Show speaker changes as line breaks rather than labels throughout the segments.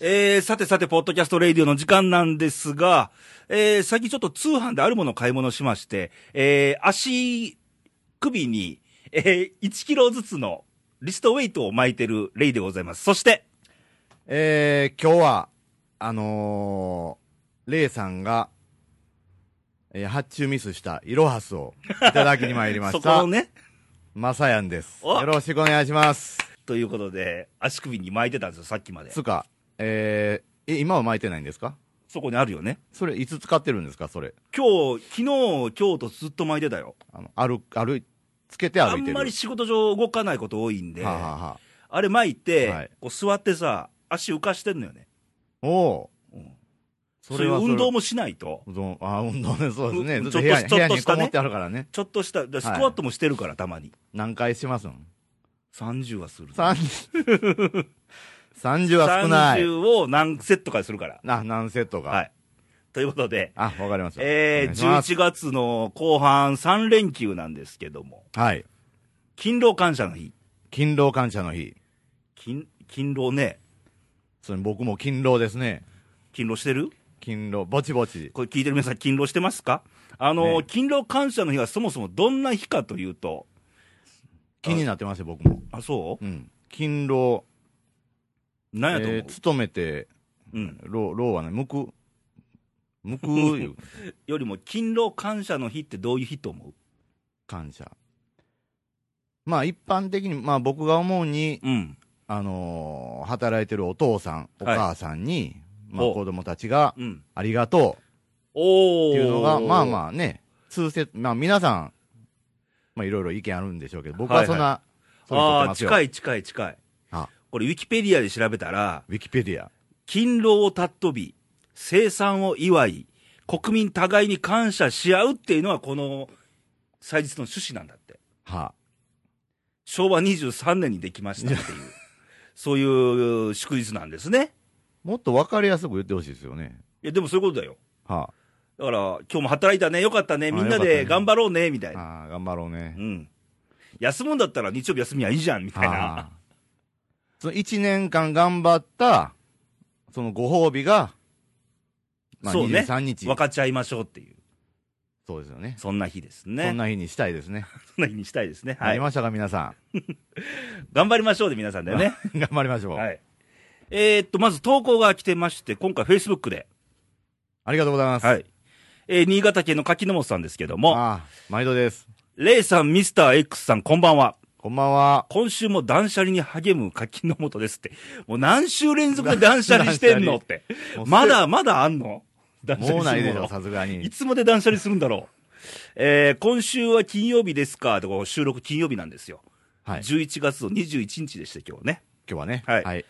えー、さてさて、ポッドキャストレイディオの時間なんですが、えー、最近ちょっと通販であるものを買い物しまして、えー、足首に、えー、1キロずつのリストウェイトを巻いてるレイでございます。そして、
えー、今日は、あのー、レイさんが、えー、発注ミスしたイロハスをいただきに参り ま
そ
し
この
た。
ね、
まさやんです。
お
よろしくお願いします。
ということで、足首に巻いてたんですよ、さっきまで。
つうか、えー、え、今は巻いてないんですか
そこにあるよね。
それ、いつ使ってるんですかそれ。
今日、昨日、今日とずっと巻いてたよ。
あの、歩、歩い、つけて歩いてる。
あんまり仕事上動かないこと多いんで、
はあ、はあは
あれ巻いて、
はい
こう座ってさ、足浮かしてんのよね。
あ、お
う
お
ん。そ
そ
う
れ
いう
はそれ
運動もしないと。
うどん、あ、運動ね、そうですね。
う
ずっと部屋に、
ちょ
部
っとち
屋
ょっと
に
した
こ
ね
もってあるからね。
ちょっとした、だからスクワットもしてるから、たまに。
何回しますん
30はする。
30 30は少ない。
30を何セットかするから。
な、何セットか。
はい。ということで、
あ、わかりました。
えー、
お願いします
11月の後半3連休なんですけども、
はい。
勤労感謝の日。
勤労感謝の日。
勤、勤労ね。
それ僕も勤労ですね。
勤労してる
勤労、ぼちぼち。
これ聞いてる皆さん勤労してますかあの、
ね
勤労感謝の日はそもそもどんな日かというと、
気になってますよ、僕も。
あ、そう
うん。勤労、
何やと思う、
えー勤めて、
うん。
労、労はね、向く、向くいう
よりも、勤労感謝の日ってどういう日と思
感謝。 まあ一般的に、まあ僕が思うに、
ううん。
あのー働いてるお父さん、お
はい
母さんに、まあ
お
子供たちが、
うん。
ありがとう。
おー。
っていうのが、まあまあね、通説、まあ皆さん、まあいろいろ意見あるんでしょうけど、僕はそんな、そういう人っ
あ
て
あー、
ますよ
近い近い近い。
あ
これ、ウィキペディアで調べたら、
ウィキペディア。
勤労を尊び、生産を祝い、国民互いに感謝し合うっていうのは、この祭日の趣旨なんだって。
は
昭和23年にできましたって いう、そういう祝日なんですね。
もっと分かりやすく言ってほしいですよね。
いや、でもそういうことだよ。
は
だから、今日も働いたね、よかったね、
あ
みんな
よかった
で
ね
頑張ろうね、みたい
あ、
な。
ああ、頑張ろうね
う。ん。休むんだったら日曜日休みはいいじゃん、みたい
は
な
あ。その1年間頑張った、そのご褒美が、まあ
そうね
23日。
分かち合いましょうっていう、
そうですよね。
そんな日です
そ
ね
ん。な日にしたいですね。
そんな日にしたいですね。
あ
はい
り。ましたか、皆さ
頑張りましょうで皆さんだよね。
ん。頑張りましょう。
はい。えーっと、まず投稿が来てまして、今回 Facebook で。
ありがとうございます。
はい。えー新潟県の柿の本さんですけども、
ああ、毎度です。
レイさん、ミスター X さん、こんばんは。
こんばんは。
今週も断捨離に励む柿の本ですって。もう何週連続で断捨離してんのって。
もう捨て
まだまだあんの断捨
もう
離
ない
す
で
る
し
も
ょ、
の。
さすが
い
に。
つまで断捨離するんだろう。えー今週は金曜日ですかとこう収録金曜日なんですよ。
はい。今
11月の21日でした、今日ね。
日はね。
はい
はい。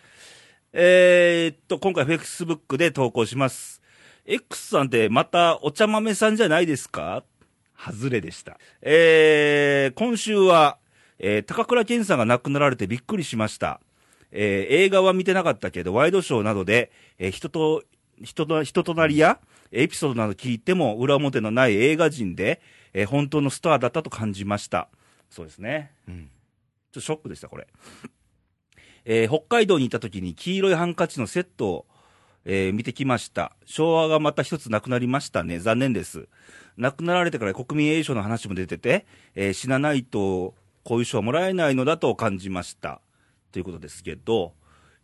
えーっと、今回 Facebook で投稿します。X さんってまたお茶豆さんじゃないですか外れでした。えー、今週は、えー高倉健さんが亡くなられてびっくりしました。えー映画は見てなかったけど、ワイドショーなどで、えー人と、人と、人となりや、エピソードなど聞いても、裏表のない映画人で、えー本当のスターだったと感じました。そうですね。
う
ちょ
ん
っとショックでした、これ。えー北海道に行った時に黄色いハンカチのセットを、えー見てきました。昭和がまた一つなくなりましたね。残念です。亡くなられてから国民栄誉賞の話も出てて、えー死なないとこういう賞はもらえないのだと感じました。ということですけど、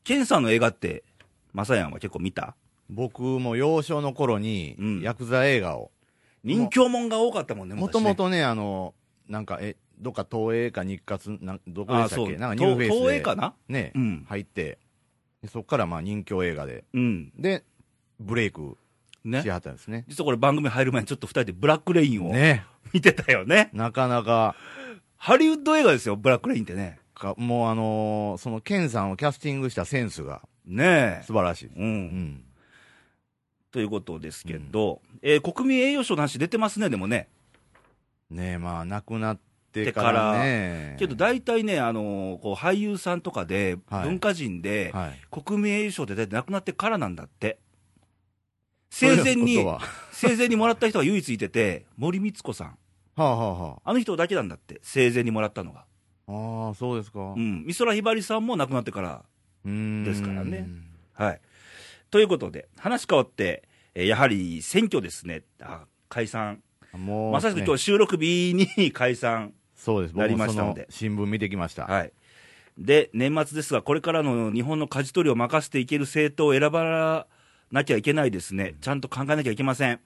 ケンさんの映画って、マサヤンは結構見た
僕も幼少の頃に
うん、
ヤクザ映画を、
人狂もんが多かったもんね、
もともとね、あの、なんか、え、どっか東映か日活、なんどこでしたっ
あそう
けなんかニューフェイスで。
東東映かな昔ね。
ね
う、ん。
入って、でそっからまあ人気映画で、
うん。
で、ブレイクし
ね。
はったんですね。
実はこれ番組入る前にちょっと二人でブラックレインを
ね。
見てたよね。
なかなか、
ハリウッド映画ですよ、ブラックレインってね。
かもうあのーその、ケンさんをキャスティングしたセンスが
ねえ。
素晴らしい。
う。
うんん。
ということですけど、えー国民栄誉賞の話出てますね、でもね。
ねまあ、亡くなってからね。
けど大体ね、あのーこう俳優さんとかで、
はい
文化人で、
はい。
国民栄誉賞って大体亡くなってからなんだって。生前に
という、ことは
生前にもらった人が唯一いてて、森光子さん。
はあ、はあは
あの人だけなんだって、生前にもらったのが。
あ、ああ、そうですか。
うん。美空ひばりさんも亡くなってから。
うーん
ですからねはい。ということで、話変わって、えーやはり選挙ですね。あ、解散。
もう、
まさしく今
日、
日収録日に解散。
そうです。
なり
僕も
まし
そ
たの
の
で
新聞見てきました。
はい。で、年末ですが、これからの日本の舵取りを任せていける政党を選ばなきゃいけないですね。ちゃんと考えなきゃいけません。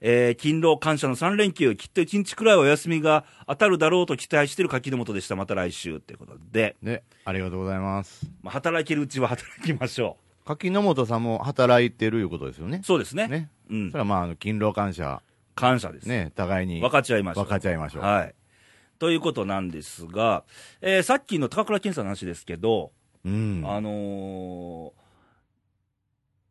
えー勤労感謝の3連休、きっと1日くらいはお休みが当たるだろうと期待してる柿の本でした。また来週ということで、
ね、ありがとうございます。
まあ、働けるうちは働きましょ
柿野本さんも働いてるいうことですよね
う。。そうですね。
ね。
うん
それ。はまああの、勤労感謝、
感謝です。
ね、互いに
分かっちゃいましょう。
分かっちゃいましょう。
はい。ということなんですが、えーさっきの高倉健さんの話ですけど、
うん。
あのー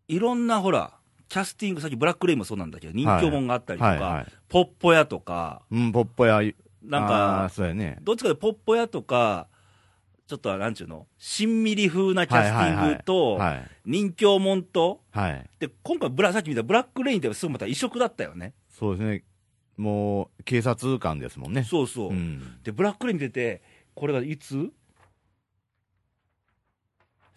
いろんなほら、キャスティング、さっきブラックレイもそうなんだけど、人気者があったりとか、
はいはい。
ポッポ屋とか、
うん、ポッポや、
なん
あー
か、
そうやね。
どっちかでポッポ屋とか、ちょっとなんちゅうの、しんみり風なキャスティングと、
はい。
人気者と、
はい。
で今回ブラ、さっき見たブラックレインってすぐまた異色だったよね、
そうですね。もう、警察官ですもんね。
そうそう、
ん。
で、ブラックレイン出て、これがいつ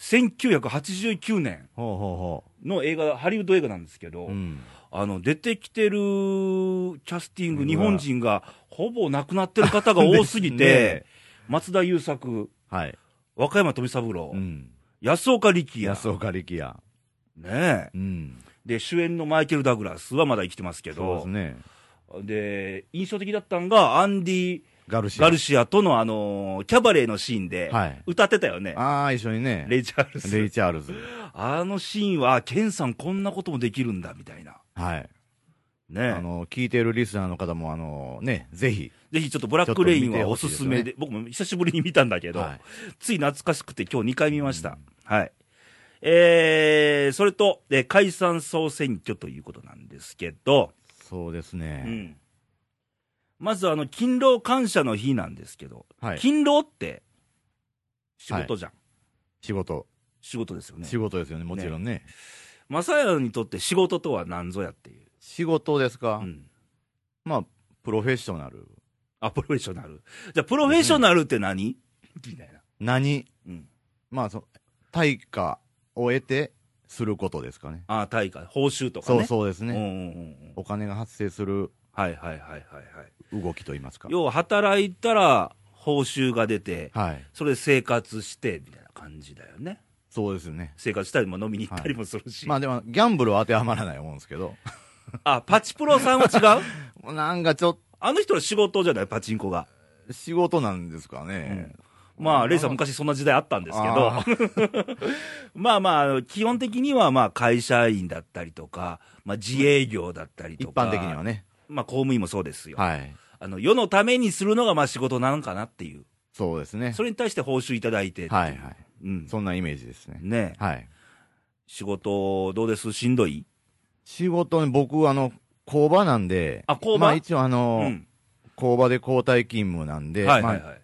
?1989 年
ほうほうほ
の映画、ハリウッド映画なんですけど、
う。うん。
あの出てきてるキャスティン
う
グ、
わ
日本人がほぼ亡くなってる方が多すぎ
ですね
て、松田優作、
はい。
和歌山富三郎、
うん。
安岡力也、
安岡力也。
ねえ
うん。
で、主演のマイケル・ダグラスはまだ生きてますけ
そうで
ど
す、ね。
で印象的だったのが、アンディ・
ガルシア。
ガルシアとの、あのーキャバレーのシーンで
はい、
歌ってたよね、
ああ、一緒にね。
レイ・チャール
レイ
ズ。
チャールズ。
あのシーンは、ケンさん、こんなこともできるんだみたいな。
はい。
ねえ
あの、聞いてるリスナーの方も、あの、ね、ぜひ。
ぜひちょっとブラックレインはおすすめで、
ち
僕も久しぶりに見たんだけど、
はい
つい懐かしくて今日2回見ました。はい。えー、それと、えー解散総選挙ということなんですけど、
そうです
う
ね。
ん。まずあの、勤労感謝の日なんですけど、
はい。
勤労って仕事じゃん。
仕事。
仕事ですよね
仕。事ですよね、もちろんね。
マサヤにとって仕事とは何ぞやっていう。
仕事です
う
か
ん。
まあ、プロフェッショナル。
あ、プロフェッショナル。じゃあ、プロフェッショナルって何、みたいな。
何
うん。
まあ、その、対価を得てすることですかね。
ああ、対価、報酬とかね。
そうそうです
うんうん
ね。
うんうん。
お金が発生する
はいはいはいはいはい。
動きといいますか。
要は働いたら報酬が出て、
はい。
それで生活してみたいな感じだよね。
そうですね。
生活したりも飲みに行ったりもするし。
まあでも、ギャンブルは当てはまらないもんですけど、
あ、パチプロさんは違う
なんかちょっ
あの人の仕事じゃない、パチンコが。
と、仕事なんですかね。
まあ、レイさん昔そんな時代あったんですけど
あ、
まあまああの、基本的にはまあ会社員だったりとか、まあ自営業だったり
一
とか。
般的にはね。
まあ公務員もそうですよ。
はい。
あの、世のためにするのがまあ仕事なのかなっていう。
そうですね。
それに対して報酬いただいてっていう
はいはい。
うん。
そんなイメージですね。
ねえ
はい。
仕事、どうですしんどい
仕事に僕、あの、工場なんで、
あ工場
まあ一応あ
う
の、
ん。
工場で交代勤務なんで、
はいはい
まあ、
はい。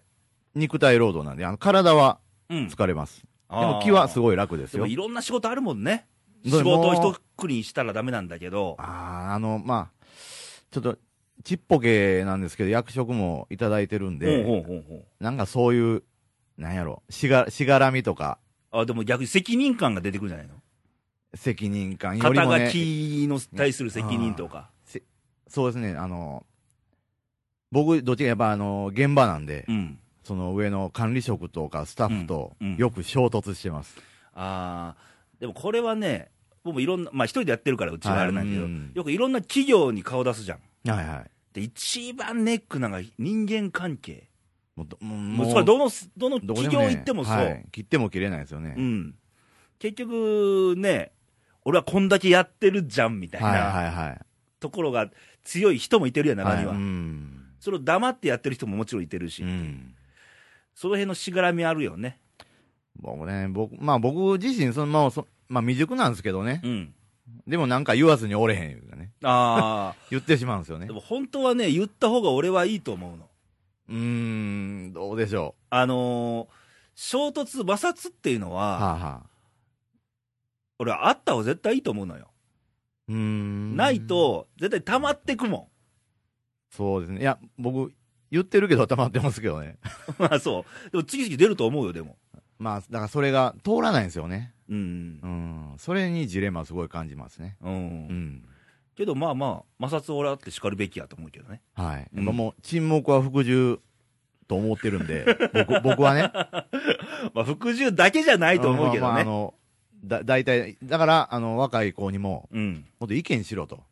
肉体労働なんで、あの体は
うん。
疲れます。
あー
でも気はすごい楽です
で
よ
も。いろんな仕事あるもんね。仕
どれも
事を一括りにしたらダメなんだけど
あ。あ、あの、まあ、ちょっと、ちっぽけなんですけど、役職もいただいてるんで、
ほうほうほうほう
なんかそういう、なんやろ、しが、しがらみとか、
あ、でも逆に責任感が出てくるんじゃないの
責任感より
肩
も
書
ね、
きの対する責任とか。
そうですね、あの、僕、どっちかやっぱあの、現場なんで、
うん。
その上の管理職とかスタッフと
うんうん
よく衝突してます。
ああ。でもこれはね、僕もいろんな、まあ一人でやってるからうちはあれなんだけど
はいうん、
よくいろんな企業に顔出すじゃん。
はいはい。
で、一番ネックなのが人間関係。
もうど、もう
もう
も
そうれはどの、どの
どこで
企業行ってもそう。
ねはい切っても切れないですよね。
うん、結局ね、俺はこんだけやってるじゃんみたい
はい
な
はいはい。
ところが強い人もいてるやん、中には、
はいうん。
それを黙ってやってる人ももちろんいてるし、
うん。
その辺のしがらみあるよね、
僕ね、僕、まあ僕自身、その、まあ、そまあ未熟なんですけどね。
うん、
でもなんか言わずに折れへんいうかね。
あ
言ってしまうんですよ
あ、
ね
で。も本当はね、言った方が俺はいいと思うの、
うーん、どうでしょ
あのー衝突、摩擦っていうの
う。
は、
はあ、はあ、
俺はあった方が絶対いいと思うのよ、
うーん。
ない。と、絶対溜まってくも
そうですね。いや、僕、言ってるけど溜まってますけどね。
ん、まあそう、でも次々出ると思うよ、でも、
まあ、だからそれが通らないんですよね。
うん
う。ん、それにジレンマすごい感じますね。
う。
うんん。
けどまあまあ、摩擦をらって叱るべきやと思うけどね。
はい。やっぱ
うん
もう、沈黙は服従と思ってるんで、 僕僕はね。
まあ、服従だけじゃないと思うけど
まあまああ
ね。
の、だ、大体、だから、あの、若い子にも、
うん。
もっと意見しろと。も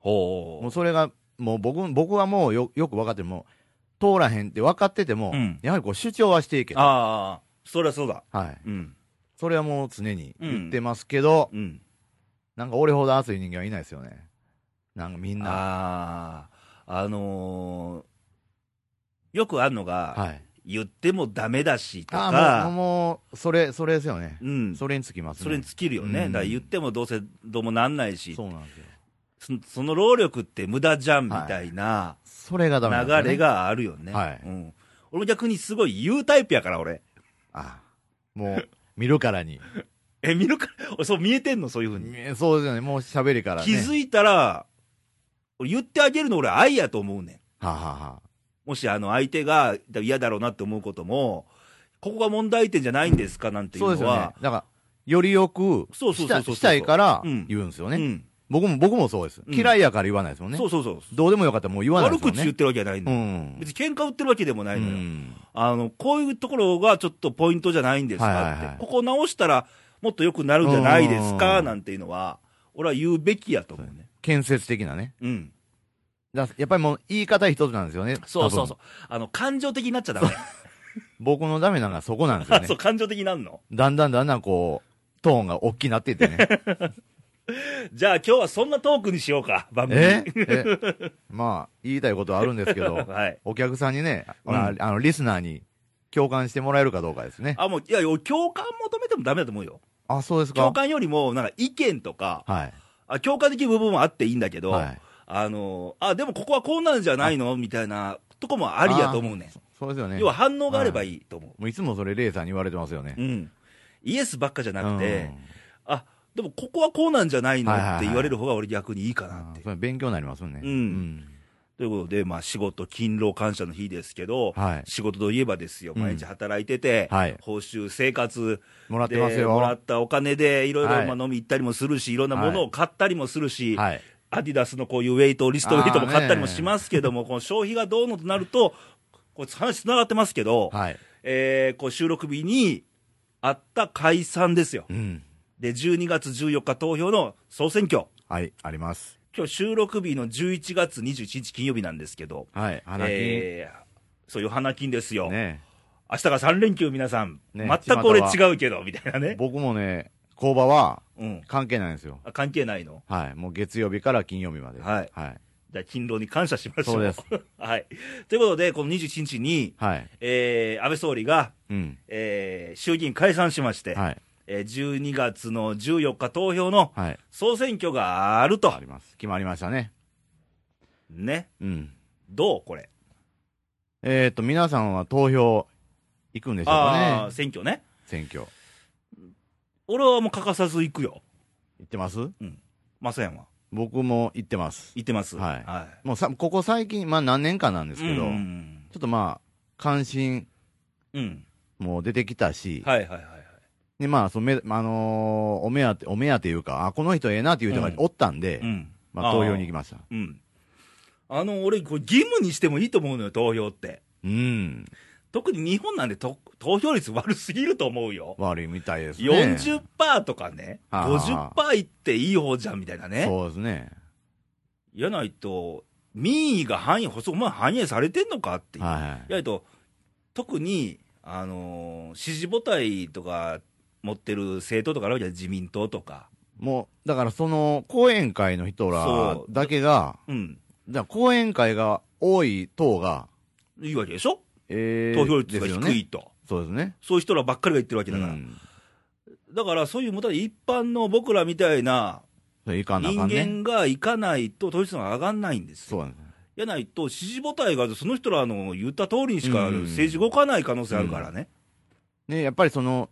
ほ
うそれが、もう僕、僕はもうよよく分かってる。もう、通らへんって分かってても、
うん
やはりこう主張はしていけ
う。
と。
ああ、そりゃそうだ。
はい。
うん。
それはもう常に言ってますけど、
うん。
なんか俺ほど熱い人間はいないですよね。なんかみんな。
ああ、あのーよくあるのが、
はい。
言ってもダメだしと
ああ、もう、
か、
もうそれ、それですよね。
うん。
それにつきますね。
それに尽きるよね。
うん
だから言ってもどうせどうもなんないし、
そうなんですよ。
そその労力って無駄じゃんみたいな
それがダメなんですよ
流
ね
れ。があるよね。
はい
うん、俺も逆にすごい言うタイプやから、俺。
ああもう、見るからに。
え、見るか、 俺そう見えてんの、そういうふうに。
ねそうですよね。もう喋りからね。
気づいたら、俺言ってあげるの俺愛やと思うねん。
はあ、はあはあ
もしあの相手が嫌だろうなって思うことも、ここが問題点じゃないんですかなんてい
そう
う
です
の
よね
は。、
だから、よりよく
そうそ
し
うそう
た
そうそう
したいから
うん
言うんですよ
う
ね、
ん
僕も僕もそうです、
うん
嫌いやから言わないですもんね
そうそうそう。
どうでもよかったらもう言わないで
悪
すもん
口
ね。
言ってるわけじゃない
うん
の。
ん
別に喧嘩売ってるわけでもな
う
いのよ。
ん
あの、こういうところがちょっとポイントじゃないんですかって、
はいはいはい
ここ直したらもっと良くなるんじゃないです
うんうん
か
うん
なんていうのは、俺は言うべきやと思うね。
建設的なね。
うん。
だやっぱりもう言い方一つなんですよね。。
そうそうそうう。あの、感情的になっちゃダメ。
僕のダメなのがそこなんですよ
あ、そ
ね
う、。感情的になるの
だんだんだんだんこう、トーンが大きくなっていっ てね。
じゃあ今日はそんなトークにしようか、番組。
ええまあ、言いたいことはあるんです けど、
はい。
お客さんにね、
うん
まああの、リスナーに共感してもらえるかどうかですね。
あ、もう、いや、俺共感求めてもダメだと思うよ。
あ、そうです
共
か。
感よりも、なんか意見とか、
はい。
あ共感できる部分もあっていいんだけど、
はい。
あの、あ、でもここはこうなんじゃないのみたいなとこもありやと思うねん。
そうですよね。
要は反応があればいいと思う。
もういつもそれ、レイさんに言われてますよね。
うん、イエスばっかじゃなく
う
て、
ん
あでもここはこうなんじゃないの
はいはいはい
って言われる方が俺、逆にいいかなって。
それ勉強になりますよね。
うんということで、まあ、仕事、勤労感謝の日ですけど、
はい。
仕事といえばですよ、
うん
毎日働いてて、
はい
報酬、生活
もらって
で
ますよ。
もらったお金で、いろい
は
ろ
い
まあ飲み行ったりもするし、いろんなものを買ったりもするし、
はい。
アディダスのこういうウェイト、リストウェイトも買ったりもしますけども、この消費がどうのとなると、これ話つながってますけど、
はい。
えーこう収録日にあった解散ですよ。
うん。
で、12月14日投票の総選挙。
はい、あります。
今日収録日の11月21日金曜日なんですけど、
はい。花金、
えーそういう花金ですよ。
ね
明日が3連休皆さん、
ね
全く俺
巷は
違うけど、みたいなね。
僕もね、工場は
うん。
関係ないんですよ。
あ関係ないの。
はい。もう月曜日から金曜日まで。
はい
はい。
じゃあ勤労に感謝しましょう。
そうです
はい。ということで、この21日に、
はい。
えー安倍総理が、
うん。
えー衆議院解散しまして、
はい。
えー12月の14日投票の
はい。
総選挙があると
あ。ります。決まりましたね。
ね。
うん。
どうこれ。
えっと、皆さんは投票行くんでしょう
あ
か
あー、
ね。
選挙ね。
選挙。
俺はもう欠かさず行くよ。
行ってます
マサヤンは。
僕も行ってます。
行ってます。
はい
は
もうさ、ここ最近、まあ何年かなんですけど、
うん。
ちょっとまあ、関心
うん。
も出てきたし、
はいはいはいはい。
でまあ、そのめ、あのーお目当て、お目当ていうか、あ、この人ええなっていう人が
うん
おったんで、
うん。
まあ、投票に行き
ま
ました。
す。うん。あの、俺、これ義務にしてもいいと思うのよ、投票って。
うん。
特に日本なんでと投票率悪すぎると思うよ。
悪いみたいですね。
40%とかね、
はあは
50%いっていい方じゃんみたいなね。
そうですね。
やないと、民意が反映、お前反映されてんのかっていう。
はいはい。
やると、特に、あのー支持母体とか持ってる政党とかあるわけじゃん自民党とか。
もう、だからその、講演会の人ら
そう
だけが、
うん。
じゃあ講演会が多い党が、
いいわけでしょ、
えー、
投票率が
です
低
よね。
いと、
そうですね。
そういう人らばっかりが言ってるわけ
う
だから、
ん。
だからそういうもた一般の僕らみたいな
それいかんなあ
人
かんね。
間が行かないと、投票率が上がんないんですよ
そうなんですね。
やないと、支持母体がその人らの言った通りにしか
うん
政治動かない可能性あるからね。
ね、やっぱりその、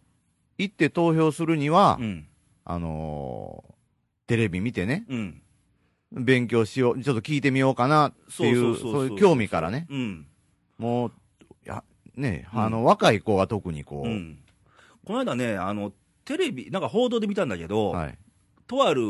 行って投票するには、
うん、
あのーテレビ見てね、
うん、
勉強しよう、ちょっと聞いてみようかなってい
そうそうそ
う、
うそう
そういう興味からね、
うん、
もう、いや、ね、
うん
あの、若い子が特にこ
う
う、
ん。この間ね、あのテレビ、なんか報道で見たんだけど、
はい。
とある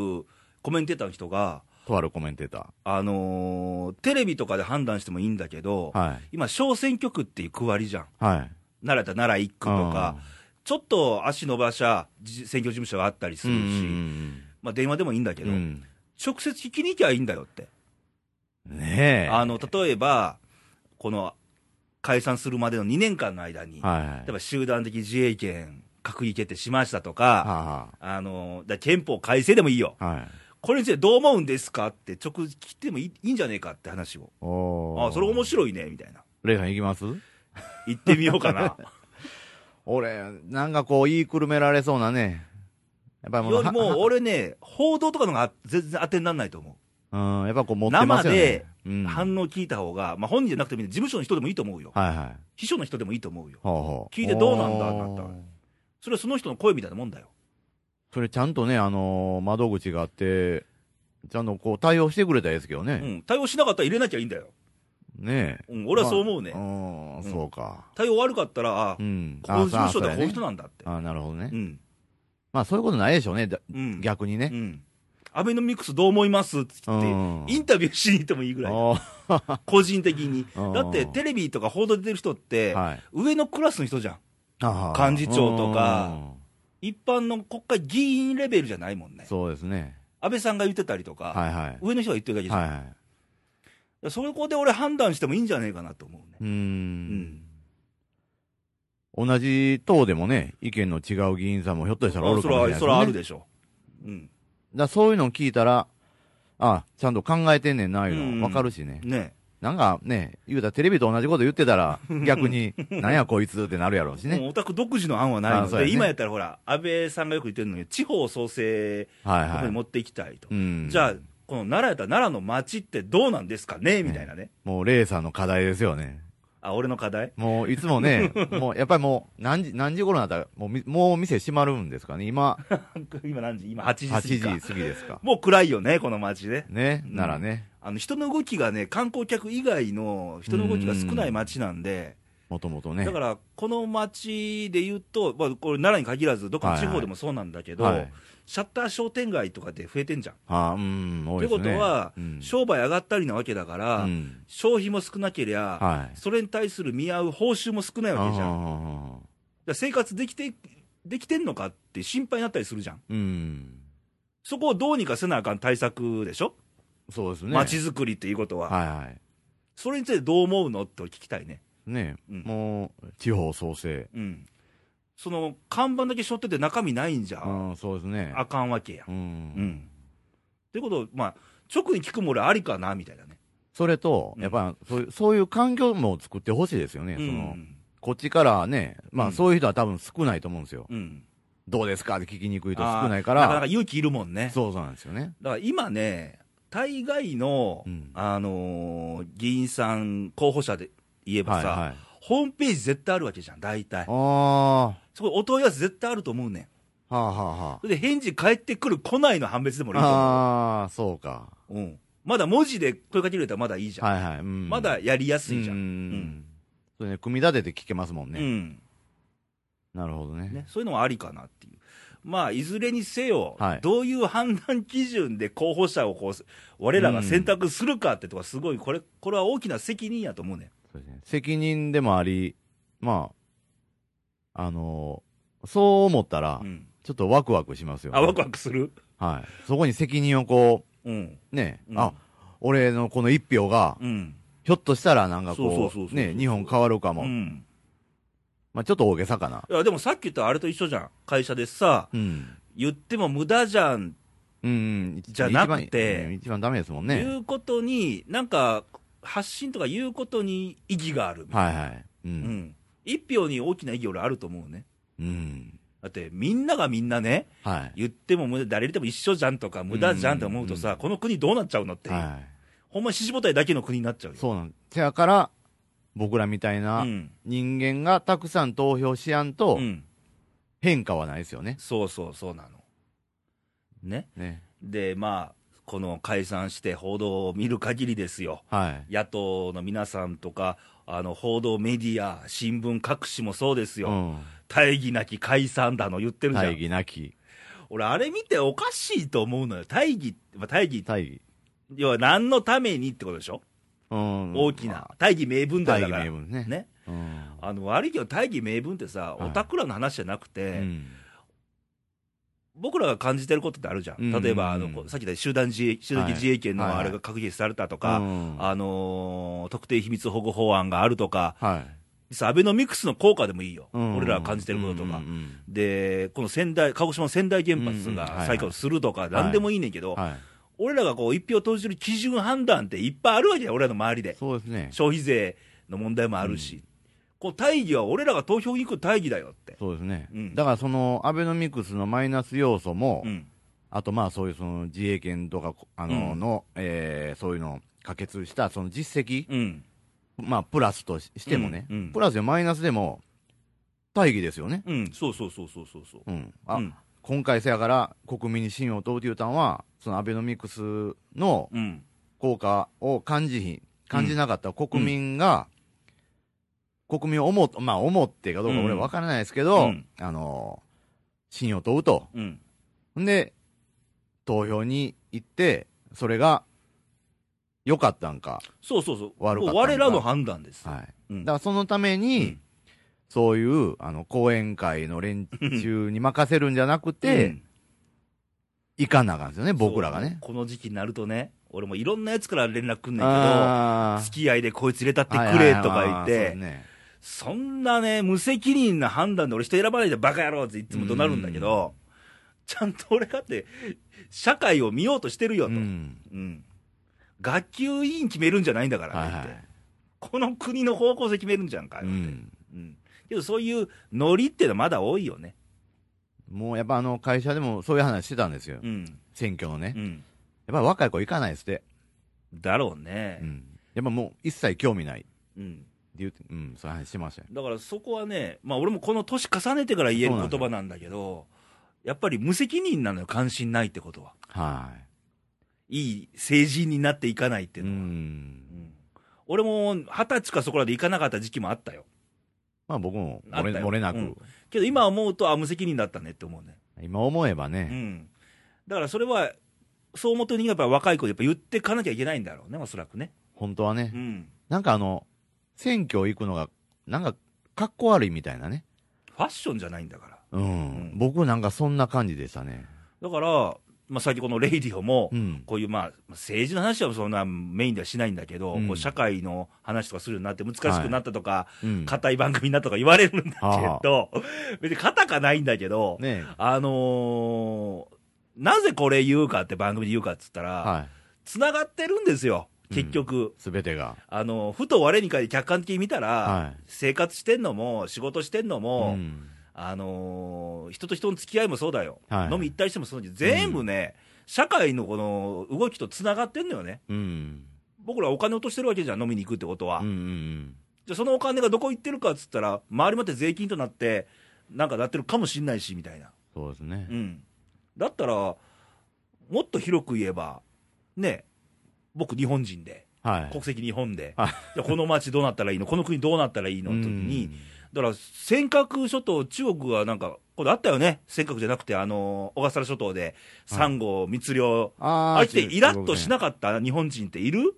コメンテーターの人が、
とあるコメンテータ
あのーテレビとかで判断してもいいんだけど、
ー。はい。
今、小選挙区っていう区割りじゃん。
はい。
奈良やったら奈良一区とか、ちょっと足伸ばしゃ、じ選挙事務所があったりす
うん。
るし、
うん
まあ、電話でもいいんだけ
うんう
ど、
んうん。
直接聞きに行きゃいいんだよって。
ねえ。
あの、例えば、この、解散するまでの2年間の間に、
はいはい。
例えば集団的自衛権、閣議決定しましたと
は
か、
あ
あの、だ憲法改正でもいいよ。
はあはい。
これについてどう思うんですかって直聞いてもいいいいんじゃねえかって話を。
おー
あ、それ面白いね、みたいな。
レイさん行きます
行ってみようか な。
俺、なんかこう、言いくるめられそうなね。やっぱりも
よ
う、
り
は
も、
は
俺ね、報道とかのが全然当てにならないと思
うん、やっぱこう持ってますよね。生
う。
うん、
反応聞いた方が、まあ本人じゃなくてもいい事務所の人でもいいと思うよ。
はいはい。
秘書の人でもいいと思うよ。
ほうほう
聞いてどうなんだってなった
おー
それはその人の声みたいなもんだよ。
それちゃんとね、あのー窓口があって、ちゃんとこう対応してくれたらいいですけど
う
ね。
ん。対応しなかったら入れなきゃいいんだよ。
ねえ。
うん。俺はそう思うね。
まあうん、
うん
そうか。
対応悪かったら、あ、こ
うん。
この事務所では
あ
こういう人なんだって。
あ、なるほどね
う。ん。
まあそういうことないでしょうね、だ
うん。
逆にね
う。ん。アベノミクスどう思いますって言って、
うん
インタビューしに行ってもいいぐらい、
おー
個人的に
うん。
だって、テレビとか報道出てる人って、
はい
上のクラスの人じゃん。
あー
幹事長とか一般の国会議員レベルじゃないもん
うん
ね。
そうですね。
安倍さんが言ってたりとか、
はいはい。
上の人が言ってるだけじゃん。
はいはい。
そこで俺判断してもいいんじゃないかなと思うね。
うー。
うんん。
同じ党でもね、意見の違う議員さんもひょっとしたらおるかもしれない
あ
です
それは、
ね。
それはあるでしょう。うん。
だからそういうのを聞いたら、あちゃんと考えてんねんな、いううんの。わかるしね。
ね
なんかね、言うたらテレビと同じこと言って たら、逆に、なんやこいつってなるやろうしね。
もうオタク独自の案はない
あ
の
そ
で、
うやね
今やったらほら、安倍さんがよく言ってるのに、地方創生
はい
こ
は
こに
い。
持っていきたいと。
うん。
じゃあ、、この奈良やったら奈良の町ってどうなんですかねみたいなね。
もう、レイさんの課題ですよね。
あ、俺の課題
もう、いつもね、もう、やっぱりもう、何時、何時頃になったら、もうみ、もう店閉まるんですかね。今、
今何時今8時過
8
ぎ
時
か
過ぎですか。
もう暗いよね、この街ね。
ね、
うん
ならね、
あの人の動きがね、観光客以外の人の動きが少ない街なんで、
もともとね。
だからこの街で言うと、まあ、これ奈良に限らず、どこの地方でもそうなんだけど、
はい。
シャッター商店街とかで増えてんじゃん。
あうん、多
とい
い
う
で
こ
すね。
とは、
うん
商売上がったりなわけだから、
うん。
消費も少なけりゃ、
はい。
それに対する見合う報酬も少ないわけじゃん。だか
ああ
ら生活できてできてんのかって心配になったりするじゃん。
うん。
そこをどうにかせなあかん対策でしょ、
そうですね。
街づくりっていうことは、
はいはい。
それについてどう思うのって聞きたいね、
ね、
うん
もう、地方創生。
うん、その看板だけ背負ってて中身ないんじゃ、
うん、そうですね。
あかんわけやん。
う
うん
ん。
っていうことを、まあ、直に聞くも俺、ありかなみたいなね、
それと、
うん
やっぱそういう、そういう環境も作ってほしいですよね。
う
その、
ん
こっちからね、ま
う
あ
ん
そういう人は多分少ないと思うんですよ。
うん、
どうですかって聞きにくい人
あー
少ないか、
なかなから勇気いるもんね、
そうそうなんですよね。
だから今ね、大概の、
うん
あのー議員さん、候補者で言えば
はい
さ、
はい。
ホームページ絶対あるわけじゃん、大体
あ、あ、は
そこお問い合わせ絶対あると思うねん。
あはあは
それで返事返ってくる、来ないの判別でもいいと思
あ。ああ、そうか。
う。うん。まだ文字で声かけるよりはまだいいじゃん。
はいはい。うん
まだやりやすいじゃ。
うんん。それね、組み立てて聞けますもん
うん。
ね。なるほどね。
ね、そういうのはありかなっていう。まあ、いずれにせよ、
はい
どういう判断基準で候補者をこう、我らが選択するかってとか、すごい、これ、これは大きな責任やと思うね。
そうですね責任でもあり、まあ、あのそう思ったら
う、ん。
ちょっとワクワクしますよ、ね
あ、ワクワクする
はい。そこに責任をこ
うん。
う、ね、
うん
あ、俺のこの一票が、
うん。
ひょっとしたらなんかこ
そうそうそうそう
う、
そう
ね、日本変わるかも。
うん。
まあちょっと大げさかな。
いや、でもさっき言ったあれと一緒じゃん。会社でさ、
うん。
言っても無駄じゃん
うんうん。
じゃなくて
一番一番ダメですもん
い
ね。
うことに、なんか、発信とかいうことに意義があるみたい
はいはい。う。
な、うんん、一票に大きな意義、俺、あると思うね。
うん。
だって、みんながみんなね、
はい。
言っても無駄、誰入れても一緒じゃんとか、無駄じゃんって思うとさ、
うん
この国どうなっちゃうのっていう、
は
ほんま、支持母体だけの国になっちゃう
い。
よ。
そうなん。せやから、僕らみたいうなん人間がたくさん投票しやんと
う、ん、
変化はないですよね。
そうそう、そうなの。ね、
ね。
で、まあ、この解散して報道を見る限りですよ。
はい。
野党の皆さんとか、あの報道メディア、新聞各紙もそうですよ、
うん。
大義なき解散だの言ってるじゃ
大
ん。
義なき。
俺、あれ見ておかしいと思うのよ。大義、まあ、大義、
大義。
要は何のためにってことでしょ、
うん
大きな。。大義名分
大
だか
義
ら。
名分ね。
ね。
うん
あの、悪いけど大義名分ってさ、
はい
おたくらの話じゃなくて、
うん
僕らが感じてることってあるじゃ
うんうんうん
ん。例えば、あの、こうさっき言った集団自衛、集団的自衛権
はい
の
は
あ
い
れが閣議されたとか、
うん
あのー特定秘密保護法案があるとか、
はい。
実はアベノミクスの効果でもいいよ。
うん
俺らが感じてることとか。
うんうん
で、この仙台、鹿児島の仙台原発
うんうんは
が
い
再稼働するとか、なんでもいいねんけ
う
ど
ん、は
俺らがこう一票投じる基準判断っていっぱいあるわけだよ、俺らの周り
い。
で。
そうですね。
消費税の問題もあるし、こう大義は俺らが投票に行く大義だよって。
そうですね、
うん
だからそのアベノミクスのマイナス要素も、
うん。
あとまあそういうその自衛権とか、あの
うん
の、えーそういうのを可決したその実績、
うん。
まあプラスとししてもね、
うんうん
プラスでマイナスでも、大義ですよね、
うん。そうそうそうそうそうそう。
うんあ
うん
今回せやから国民に信を問うていうたんは、そのアベノミクスの
うん。
効果を感じひん、感じなかった国民が、国民を思っ、まあ思ってかどうか俺は分からないですけ
う
ど、
ん
あの信を問うと。
うん。
んで、投票に行って、それが良かったんか。
そうそうそう。
悪かったのか
我らの判断です。
はい。
うん
だからそのために、
うん
そういう、あの、講演会の連中に任せるんじゃなくて、
うん
行かなあかんですよね、僕らが
そう
ね。
この時期になるとね、俺もいろんなやつから連絡くんねんけど、
あ
付き合いでこいつ入れたってくれと
はい
か言っ
はいはいはいそうです
て、
ね
そんなね、無責任な判断で俺人選ばないでバカ野郎っていつも怒鳴るんだけど、ちゃんと俺かって、社会を見ようとしてるよ
う
と。
ん。
うん学級委員決めるんじゃないんだから
は
ね
い
って、
はい。
この国の方向性決めるんじゃんかよ
う
って、
ん。
うんけどそういうノリってのはまだ多いよね。
もうやっぱあの、会社でもそういう話してたんですよ。
うん。
選挙のね
う。ん。
やっぱ若い子行かないですって。
だろうね
う。ん。やっぱもう一切興味ないって
うん。
言うて、うん、そういう話してましたよ。
だからそこはね、まあ俺もこの年重ねてから言える言葉なんだけど、やっぱり無責任なのよ、関心ないってことは。
はい。
いい成人になっていかないっていう
う
のは。
ん
うん俺も二十歳かそこらで行かなかった時期もあったよ。
まあ僕も
あ
漏
った
れ
よ
漏れなく、
うんけど今思うと、あ、無責任だったねって思うね。
今思えば
う
ね、
ん、だからそれは、そう思ってる人がやっぱ若い子でやっぱ言ってかなきゃいけないんだろうね、おそらくね。
本当はね、
うん、
なんかあの、選挙行くのが、なんか、かっこ悪いみたいなね。
ファッションじゃないんだから。
うん。
ん
僕なんかそんな感じでしたね。
だから、まあ、先このレイディオも、
うん。
こういうまあ政治の話はそんなメインではしないんだけど、
うん
こう社会の話とかするようになって、難しくなったとか、
うん。
硬、い番組になったとか言われるんだ
は
けど、別に硬かないんだけど、
ね
あのーなぜこれ言うかって番組で言うかっつったら、
は
つながってるんですよ、結局。
い。すべてが。
あの、ふと我に返り客観的に見たら、
はい
生活してんのも、仕事してんの
う
も、
ん。
あのー人と人の付き合いもそうだよ。
はい
飲み行ったりしてもそうだし全部ね、社会のこの動きと繋がってんのよね。
うん。
僕らお金落としてるわけじゃん、飲みに行くってことは。
うんうん
じゃあそのお金がどこ行ってるかっつったら、周りまって税金となって、なんかなってるかもしんないし、みたいな。
そうですね
う。ん。だったら、もっと広く言えば、ね、僕日本人で、
はい。
国籍日本で、
はい
じゃあこの街どうなったらいいの、この国どうなったらいいの時に、
うん
だから尖閣諸島、中国はなんか、これあったよね、尖閣じゃなくて、あの小笠原諸島で、サンゴ、密漁、
あー
あれってイラッとし
な
なかった日本人っている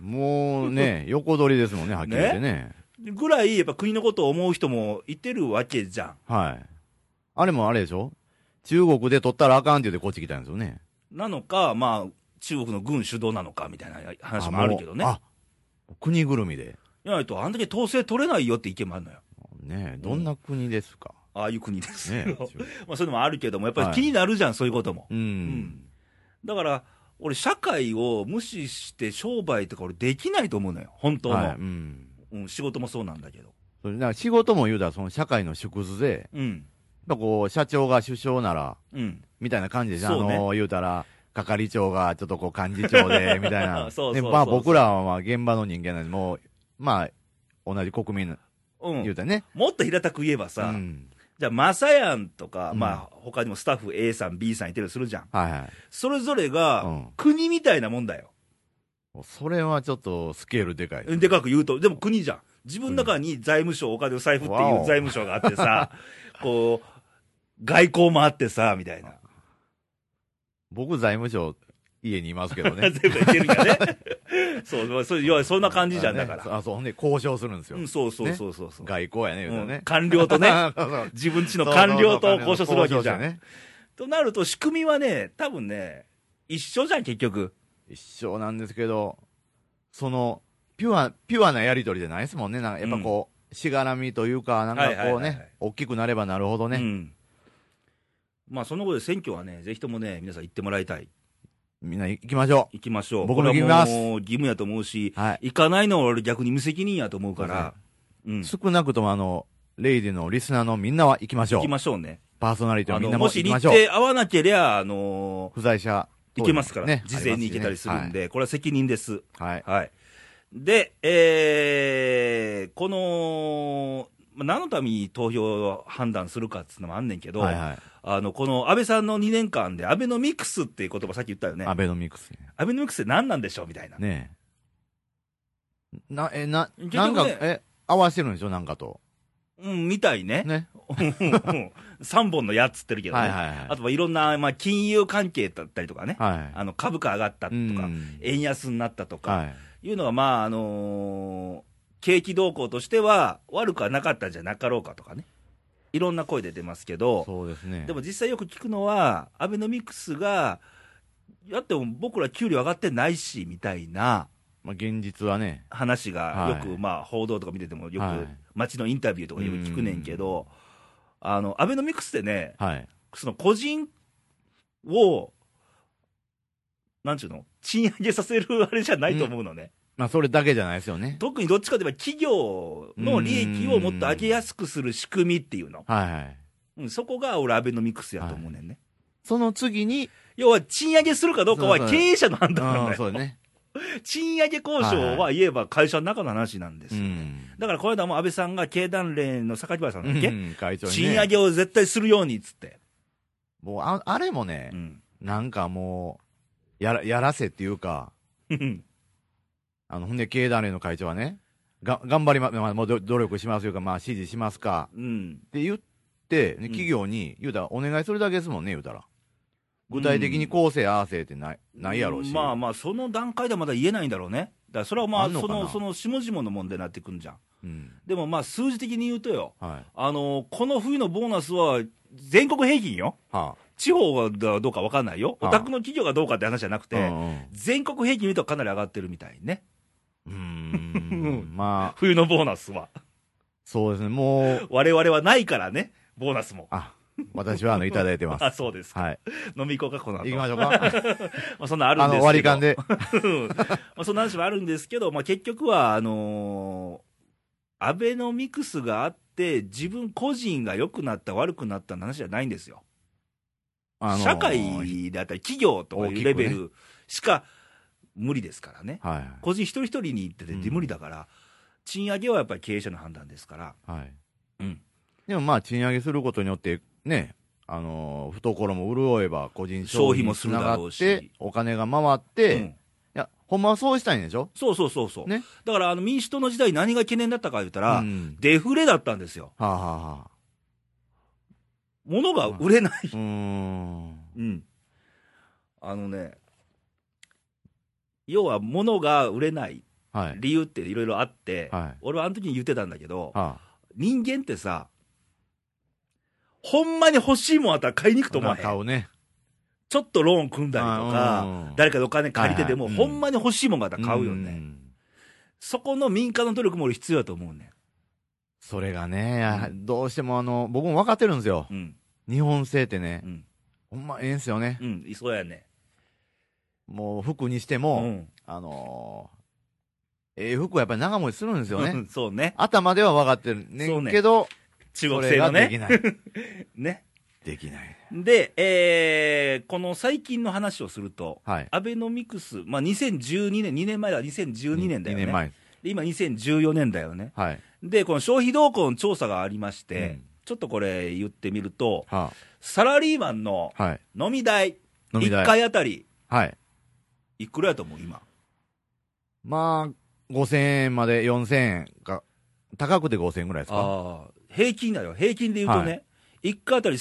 もう ね、横取りですもんね、はっきり言ってね。
ぐらい、やっぱ国のことを思う人もいてるわけじゃん。
はい。あれもあれでしょ中国で取ったらあかんって言ってこっち来たんですよね。
なのか、まあ、中国の軍主導なのかみたいな話もあるけどね
もう。あ国ぐるみで。
いないと、あんだけ統制取れないよって意見もあるのよ。
ねえどんな国ですか。
ああいう国ですよ。
ねえ
まあ、そういうのもあるけども、やっぱ
は
り
い
気になるじゃん、そういうことも。
うん。
だから、俺、社会を無視して商売とか俺できないと思うのよ。本当の。
はい。うん。
うん、仕事もそうなんだけど。
それだから仕事も言うたら、その社会の縮図で、や
う
っ
ん。
ぱこう、社長が首相なら、
うん。
みたいな感じでしょ、
そうね
あの、言うたら、係長がちょっとこう、幹事 長で、みたいな。
そうそうそう
でまあ僕らはまあ現場の人間なんで、もう、まあ、同じ国民、
う。
言うんたらね。
もっと平たく言えば
う
さ、
ん。
じゃあ、マサヤンとか、
うん
まあ、他にもスタッフ A さん、B さんいてるとするじゃん。
はいはい。
それぞれが、
うん
国みたいなもんだよ。
それはちょっとスケールでかい。
でかく言うと、でも国じゃん。自分の中に財務省、お金を財布っていう財務省があって さ、こう、外交もあってさ、みたいな。
僕、財務省、家にいます けどね。
全部いけるんやね。 そう、まあそう要はそんな感じじゃんだから。
あ、そう、ほんで、交渉するんですよ
う。ん、そうそうそうそうそう、
外交やね、言うたら
うん
ね。
官僚とね、
そうそう
自分ちの 官僚と交渉するわけ
交
じ
渉
ゃ
者
ん。
ね。
となると、仕組みはね、多分ね、一緒じゃん、結局。
一緒なんですけど、その、ピュア、ピュアなやりとりじゃないですもんね。なんか、やっぱこう、しがらみというか、なんか
はいはい
こう
はいはい
ね、大きくなればなるほど
う
ね、
ん。まあ、その後で選挙はね、ぜひともね、皆さん行ってもらいたい。
みんな行きましょ
行きましょう。
僕も行きます
これはもう義務やと思うし、
う。はい。
行かないのは俺逆に無責任やと思うから、うん。行
少なくともあの、レイディのリスナーのみんなは行きましょう
き。ましょうね。
パーソナリティ
あ
のみん
の、
な
も
も
し
行
日
きましょ
程
う。
合わなけりゃ、あの
不在者
ー行
等に
けますから、事前に行けたりするん。
ね
で、これは責任です。
あますしねは
は
い。
い。で、えー、この、まあ何のために投票を判断するかっていうのもあんねんけど、
はいはい。
あの、この安倍さんの2年間で、アベノミクスっていう言葉さっき言ったよね。
アベノミクスね。
アベノミクスって何なんでしょうみたいな。
ねえ。な、え、な、
結局ね
なんか、え、合わせてるんでしょなんかと。
うん、みたいね。
ね。
3本の矢っつってるけどね。
はいはいはい
あとはいろんな、まあ、金融関係だったりとかね。
はい。
あの、株価上がったとか、
うん
円安になったとか、
はい。
い、うのが、まあ、あのー景気動向としては悪くはなかったんじゃなかろうかとかね。いろんな声出てますけど、
そうですね。
でも実際よく聞くのは、アベノミクスが、やっても僕ら給料上がってないし、みたいな
まあ、現実はね、
話が
は
よ
い
く、まあ、報道とか見ててもよ
は
く
い、
街のインタビューとかよく聞くねんけど、あの、アベノミクスってね、
はい。
その個人を、なんちゅうの賃上げさせるあれじゃないと思うのね。
まあ、それだけじゃないですよね。
特にどっちかといえば企業の利益をもっと上げやすくする仕組みっていうの。
はいはい。
うん、そこが俺アベノミクスやと思うねんね。
その次に、
要は賃上げするかどうかは
そう
経
そう
営者の判
う
断なん
ん、
だよ。
そう だね。
賃上げ交渉は言えば会社の中の話なんです
う
よ、
ん。
だからこの間も安倍さんが経団連の榊原さんだっけ、
うん会長に、ね。
賃上。げを絶対するようにっつって、
もう、ああれもね
う、ん、
なんかもう、やら、やらせっていうか、あの、ほんで、経団連の会長はね、が、頑張りま、まあ、もうど努力しますよか、まあ、支持しますか、
うん、
って言って、ね
ん
企業に、言うたら、お願いするだけですもんね、言うたら。具体的にこうせああせってない、ないやろうし。
まあまあ、その段階ではまだ言えないんだろうね、だからそれはまあ、
あんの
そ
かな
のその下々の問題になってくんじゃん、
うん。
でもまあ、数字的に言うとよ、
はい。
あのこの冬のボーナスは全国平均よ、
は
地方がどうか分かんないよ、お
はあ
宅の企業がどうかって話じゃなく
あ。
て、全国平均見るとかなり上がってるみたいね、
うんうん。うーん。まあ、
冬のボーナスは。
そうですね、もう、
我々はないからね、ボーナスも。
あ、私はあの、いただい てます。
あ、そうですか。
はい。
飲み行こうか、この
行
後。
き
ま
ましょうか。
あ、そんなんある
あ
んですけ
の、
ど。
割り勘。で。
うん。まあ、そんな話もあるんですけど、まあ、結局は、あのーアベノミクスがあって、自分個人が良くなった、悪くなったの話じゃないんですよ。
あの
社会であったり、企業とかいうレベルしか無理ですからね。
は
個人一人一人に行ってて
うん
無理だから、賃上げはやっぱり経営者の判断ですから。
い。はい。
うん。
でもまあ、賃上げすることによって、ね、あのー懐も潤えば、個人消費につなが
消費も
っ
するだろう
て
し、
お金が回って、
う
い
ん
や、ほんまはそうしたいんでしょ
そうそうそうそう。
ね
だからあの民主党の時代何が懸念だったか言ったら、
うん
デフレだったんですよ。
はあ、はあはあ、
物が売れない。
うーん。
うん。あのね、要は物が売れない
はい。
理由っていろいろあって、
はい。
俺はあの時に言ってたんだけど、
は
人間ってさ、ほんまに欲しいもんあったら買いに行くと
あ、
思
ま
わ
あ
へ
買
ん。
うね。
ちょっとローン組んだりと
あ
か
うん、
誰かでお金借りてても、
はいはい
ほんまに欲しいもんがあったら買うよね。
ん
そこの民間の努力も俺必要だと思うね
それがね、やどうしてもあの、僕も分かってるんですよ。
ん。うん。
日本製ってね
う、ん。
ほんまええんすよね。
うん。そうやね。
もう服にして
う
も、
ん。
あのー、ええ服はやっぱり長持ちするんですよ
う
ね。
んそうね。
頭では分かってるね
そうんね
けど、
中
そ
国
れ
製
が
の
で
ね。
きない。
ね。
できない。
で、えーこの最近の話をすると、
はい。
アベノミクス、まあ、2012年、2年前だ、2012年だよね。
2年前。
で今、2014年だよね。
はい。
で、この消費動向の調査がありまして、
うん
ちょっとこれ言ってみると、
は
サラリーマンの
あ、はい。
飲み代、
飲み
1
代。
回あたり、
はい。
いくらやと思う、今。
まあ、5000円まで4000円か高くて5000円ぐらいですか
ああ、平均だよ。平均で言うとね、一1回あたり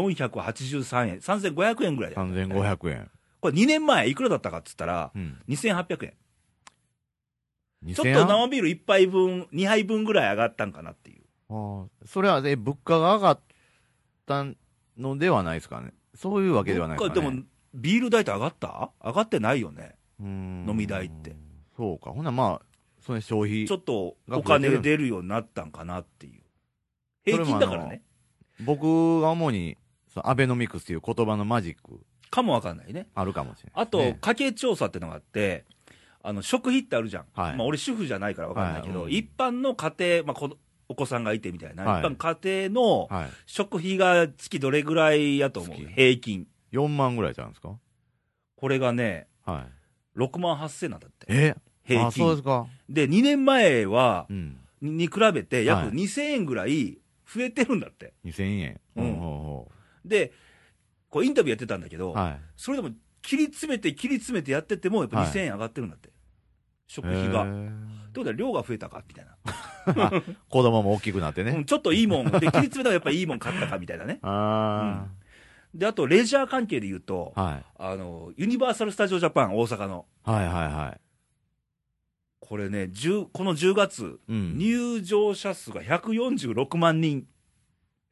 3483円、3500円ぐらいだよ
?3500 円。
これ2年前いくらだったかっつったら、
うん。
2800円。ちょっ
2000円
と生ビール1杯分、2杯分ぐらい上がったんかなっていう。
あーそれは、ね、物価が上がったのではないですかね。そういうわけではないですか、ね。
どっかでも、ビール代って上がった上がってないよね。
飲
飲み代って。
そうか。ほな、まあ、その消費
ちょ。っとお金出るようになったんかなっていう。
そ
平
れも
均
あの
だからね。
僕が主に、そのアベノミクスという言葉のマジック、
かもわかんないね。
あるかもしれない、
あと、家計調査ってのがあって、あの食費ってあるじゃん、
はい
まあ、俺、主婦じゃないから分かんないけど、
はいうん
一般の家庭、まあ、このお子さんがいてみたいな、
はい
一般家庭の
はい。
食費が月どれぐらいやと思う、
月
平均、
4万ぐらいちゃうんですか
これがね、
はい。
6万8000なんだって、
え
平
あ、そうで
均
すか。
で、2年前は
うん。
にに比べて、
は
約
い
2000円ぐらい増えてるんだって、
2000円。
うん
ほほほ
で、こうインタビューやってたんだけど、
はい。
それでも切り詰めて、切り詰めてやってても、やっぱ2000円上がってるんだって、食費が。
へ
っ
ー
てことは、量が増えたかみたいな。
子供も大きくなって
う
ね。
ん ちょっといいもん、で切り詰めたらやっぱいいもん買ったかみたいなね、
あ
であとレジャー関係で言うと、
あ、はい。
あのユニバーサル・スタジオ・ジャパン、大阪の、
はいはいは
これね、10この10月、
い。うん。
入場者数が146万人、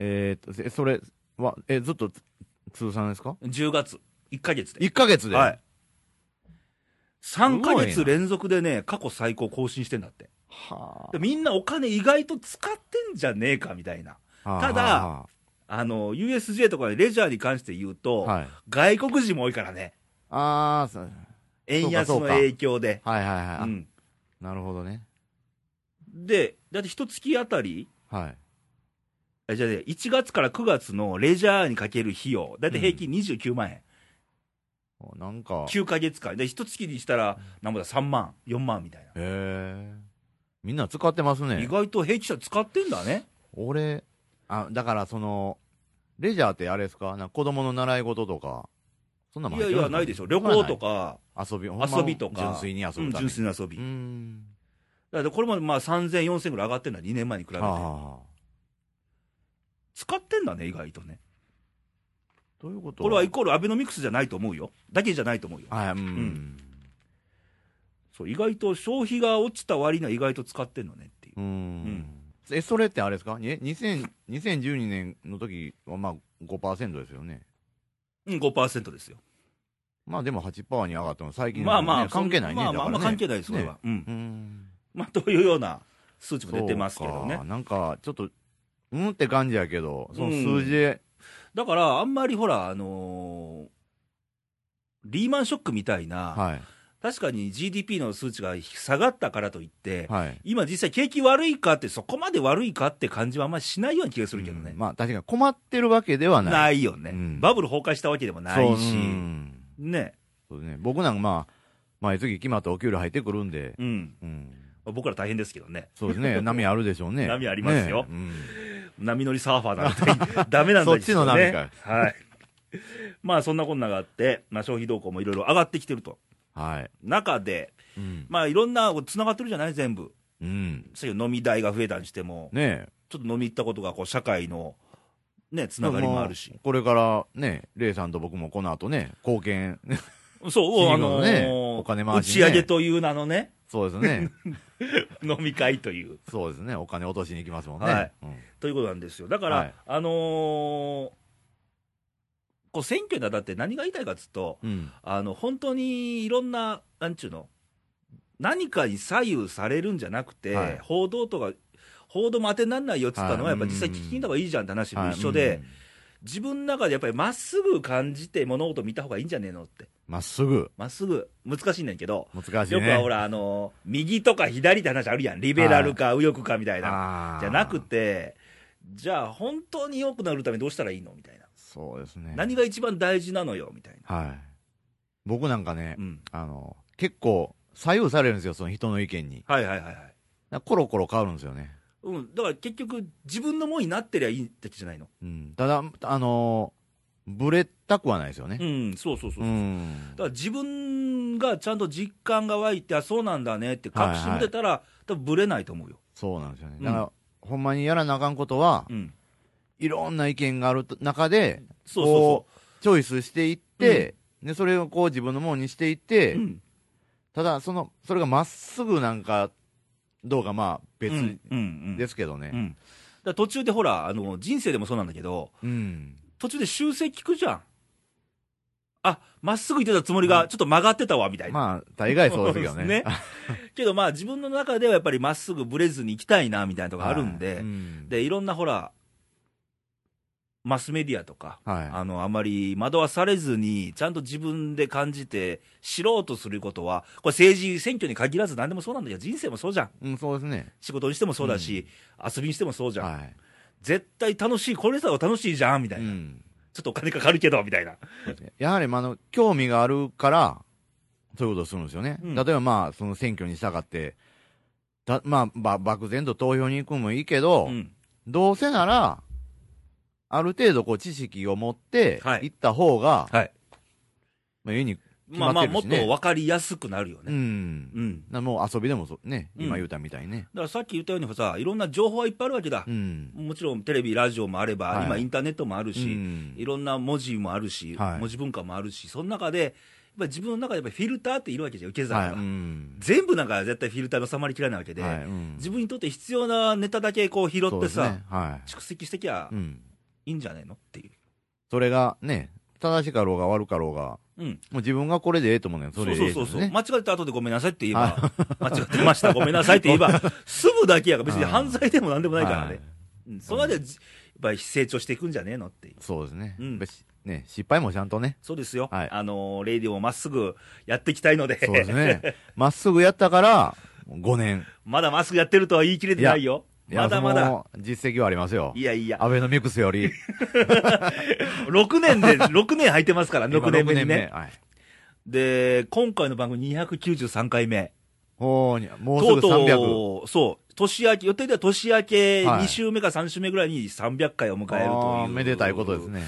えーっとせ、それは、え、ずっとつ通算ですか
10月、1か月で、
?1 ヶ月で。
はい、3
す
か
ごい
月
な
連続でね、過去最高更新してんだって、
は
でみんなお金意外と使ってんじゃねえかみたいな、
あ。
ただ
は
あの USJ とかでレジャーに関して言う
あ
と、
はい。
外国人も多いからね、
ああ、そう
円安
そう
の
かそうか
影響で。
はいはいはいあ
う。ん
なるほどね。
で、だって一月あたり、
はい。
あじゃあね、1月から9月のレジャーにかける費用、だいたい平均29万円、
おなんか、へ
9ヶ月間、で一月にしたら、なんぼだ、3万、4万みたいな、
え。みんな使ってます
意
ね。
外と平均者使ってんだね、
俺、あ、だからその、レジャーってあれですかなんか子供の習い事とか、そんなん
いやいや、ないでしょ、旅行とか、
か。遊び、ほんま
遊びとか、
純粋に遊ぶ
うん
た
純
めに。
粋に遊び、
うーん。
だってこれもまあ3000、4000ぐらい上がってんだ、2年前に比べて、
はあはあはあ
使ってんだね、意外とね、
ということ
これはイコールアベノミクスじゃないと思うよ、だけじゃないと思うよ、
はい、うん。
そう意外と消費が落ちた割には意外と使ってんのねっていう、
うーん
ん
え、それってあれですかに2000 2012年の時はまあ5%ですよね。
うん、5%ですよ。
まあでも8%に上がったの最近、ね、
まあまあ、
関係ないね。
まあまあ、あんま関係な
ない。
いです、それは。うん
うーん。
まあ、というような数値も出てますけど
そう
ね
か。なんか、ちょっと、うんって感じやけど、その数字で、
だから、あんまりほら、あのーリーマンショックみたいな、
はい、
確かに GDP の数値が下がったからといって、
はい。
今実際景気悪いかって、そこまで悪いかって感じはあんまりしないような気がするけどね。
うんまあ確かに困ってるわけではない。
ないよね、
うん
バブル崩壊したわけでもな
そう
いし。
うん
ね。
そうね。僕なんかまあ、毎月決まったお給料入ってくるんで、
うん。
うん。
僕ら大変ですけどね。
そうです ね。波あるでしょうね。
波ありますよ
ねうん
波乗りサーファーなん てダメなんだ
そっちの波か
はい。まあそんなこんながあって、まあ消費動向もいろいろ上がってきてると。
はい。
中で、
うん。
まあいろんな、つながってるじゃない全部。
うん。
そういう飲み代が増えたにしても、
ねえ。
ちょっと飲み行ったことが、こう、社会の、ね、つながりもあるし
で。もこれからね、レイさんと僕もこの後ね、貢献、
そう、あ
企業
の
のねお金回
打
しね
ち上げという名のね、
そうですね。
飲み会という、
そうですね。お金落としに行きますもんね。
はい
うん
ということなんですよ。だから、
はい
あのーこう、選挙にあたって何が言いたいかっつうと、
うん。
あの本当にいろんな、なんちゅうの、何かに左右されるんじゃなくて、
はい
報道とか、報道も当てにならないよっつったのは、
はい
やっぱ実際聞きに行った方がいいじゃんって話も一緒で、
はいうん
自分の中でやっぱりまっすぐ感じて、物事見た方がいいんじゃねえのって、
まっすぐ。
まっすぐ、難しいねんけど、
難しい
よ
ね。
くはほら、あの右とか左って話あるやん、リベラルか右翼かみたいな、
あー
じゃなくて、じゃあ、本当に良くなるためにどうしたらいいのみたいな、
そうですね。
何が一番大事なのよみたいな。
はい。僕なんかね、
うん
あの、結構左右されるんですよ、その人の意見に。
はいはいはいはい
だからコロコロ変わるんですよね。
うん、だから結局、自分のもんになってりゃいいだけじゃないの。
うん。ただ、あのブレたくはないですよね
う。ん、そうそうそう。
う
だ
ん。
から自分がちゃんと実感が湧いて、あそうなんだねって確信出たら、多分ぶれないと思うよ。
そうなんですよね。
うん
だから、ほんまにやらなあかんことは、
うん。
いろんな意見がある中で、
そうそうそ
こう、チョイスしていって、で、それをこう自分のものにしていって、
う。うん。
ただ、その、それがまっすぐなんか、どうかまあ、別
うんうんうん。
ですけど
う
ね。
ん。だから途中でほら、あの、人生でもそうなんだけど、
うん。
途中で修正聞くじゃん。あ、まっすぐ行ってたつもりが、ちょっと曲がってたわ、みたいな。
まあ、大概そうですけどね。
ねけどまあ自分の中ではやっぱりまっすぐぶれずに行きたいな、みたいなとこあるんで、
はいうん
で、いろんなほら、マスメディアとか、
はい。
あの、あまり惑わされずに、ちゃんと自分で感じて、知ろうとすることは、これ政治、選挙に限らず何でもそうなんだけど、人生もそうじゃん。
うん、そうですね。
仕事にしてもそうだし、遊びにしてもそうじゃん。
は
絶対楽しい、これさえ楽しいじゃん、みた
い。
いうな。
ん。
ちょっとお金かかるけど、みたいな。
やはり、まあ、あの、興味があるから、そういうことをするんですよね。
うん
例えば、まあ、その選挙に従って、たまあ、ば、漠然と投票に行くのもいいけど、
うん。
どうせなら、ある程度、こう、知識を持って、
はい
行った方が、
はい。
まあ、家に、
まあまあ、
決
も
まっ
ってと
るしね
分かりやすくなるよ
う
ね。
ん。
うん。
なもう遊びでもそう、ね、
うん
今言うたみたいにね。
だからさっき言ったようにさ、いろんな情報はいっぱいあるわけだ
う。ん。
もちろんテレビ、ラジオもあれば、
はい
今、インターネットもある
う
し、
ん
いろんな文字もあるし、
はい
文字文化もあるし、その中で、やっぱり自分の中でやっぱりフィルターっているわけじゃん、受け皿
はい。
が、
うん。
全部なんか絶対フィルターの収まりきらないわけで、
はいうん
自分にとって必要なネタだけこう拾っ
そう
て
です
さ、
ね。は
蓄積してきゃ
い。うん。
いいんじゃないのっていう。
それが、ね、正しかろうが悪かろうが、
うん、
もう自分がこれでええと思うねん
そ
そうれ
そ
で
う
ええ
そう
です
そう、
ね。
間違った後でごめんなさいって言えば、間違ってました、ごめんなさいって言え ば、すぐだけやから、別に犯罪でもなんでもないからね、
はい
うん、そこまでじやっぱり成長していくんじゃねえのっていう、
そうですね。
うん
やっぱしね、失敗もちゃん とね。
そうですよ、
はい
あのーレイディオもまっすぐやっていきたいので、
そうですね。まっすぐやったから、5年。
まだマスクやってるとは言い切れてないよ。
いや
まだま。だ。
その実績はありますよ
い。やいや、
アベノミクスより。
6年で、6年入ってますから、
今
6年目に
六
ね。
はい。
で、今回の番組293回目。
ほうに、もうす
と
ぐ
う
300。
とう、そう、年明け、予定では年明け
はい
2週目か3週目ぐらいに300回を迎えると
あ
い
ー
う。
めでたいことです。ね。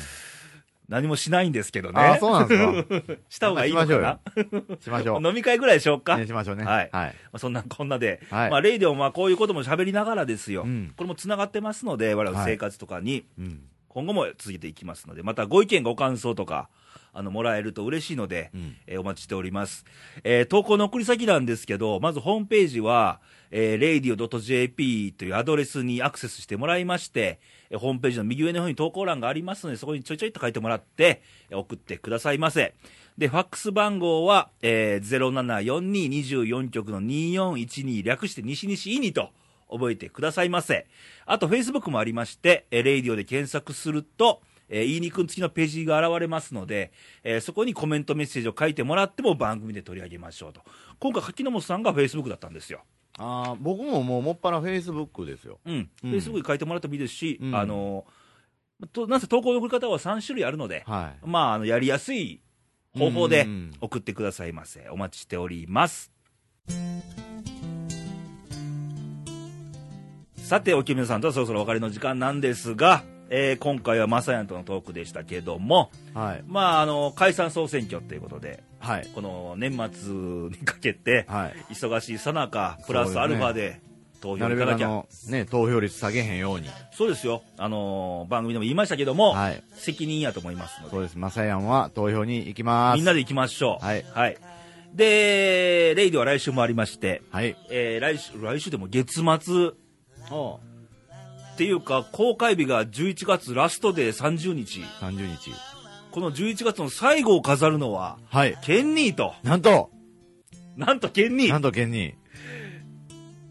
何もしないんですけどね。
ああ、そうなんですか。
した方がいいのかな
しましょう。
飲み会ぐらいでしょうか。
ね、しましょうね。
はい
はい。
まあ、そんなこんなで、
はい
まあ、レイディオもまあこういうことも喋りながらですよ、
うん
これもつながってますので、我々の生活とかに
うん。
今後も続けていきますので、またご意見、ご感想とか、あのもらえると嬉しいので、
うん
えーお待ちしております、えー投稿の送り先なんですけど、まずホームページは、えー、radio.jp というアドレスにアクセスしてもらいまして、えーホームページの右上の方に投稿欄がありますので、そこにちょいちょいと書いてもらって、えー送ってくださいませ。で、ファックス番号は、えー、074224局の2412略して西西イニと覚えてくださいませ。あと、Facebook もありまして、えー、レイディオで検索すると、えー、いいにくん付きのページが現れますので、えーそこにコメントメッセージを書いてもらっても番組で取り上げましょうと。今回、柿本さんが Facebook だったんですよ。
ああ、僕ももうもっぱらフェイスブックですよ。
うん。
うん
Facebook に書いてもらってもいいですし、
うん
あのーと、なんせ投稿の送り方は3種類あるので、
はい。
まあ、あの、やりやすい方法で
うん
送ってくださいませ。お待ちしております。さて、おきみのさんとはそろそろお別れの時間なんですが、えー今回はまさやんとのトークでしたけども、
はい。
まあ、あの、解散総選挙ということで、
はい。
この年末にかけて、
はい。
忙しいさなか、プラスアルファで投票
な
に
る
行かな
べくあ
きゃ。
の、ね、投票率下げへんように。
そうですよ。あのー番組でも言いましたけども、
はい
責任やと思いますので
そ、うです。マサヤンは投票に行きます。
みんなで行きましょう。
はい
で、レイディは来週もありまして、
はい。
えー来週、来週でも月末っていうか、公開日が11月ラストで30日。
30日。
この11月の最後を飾るのは、
はい。
ケンニーと。
なんと、
なんとケンニ
なん
ー。
と県に、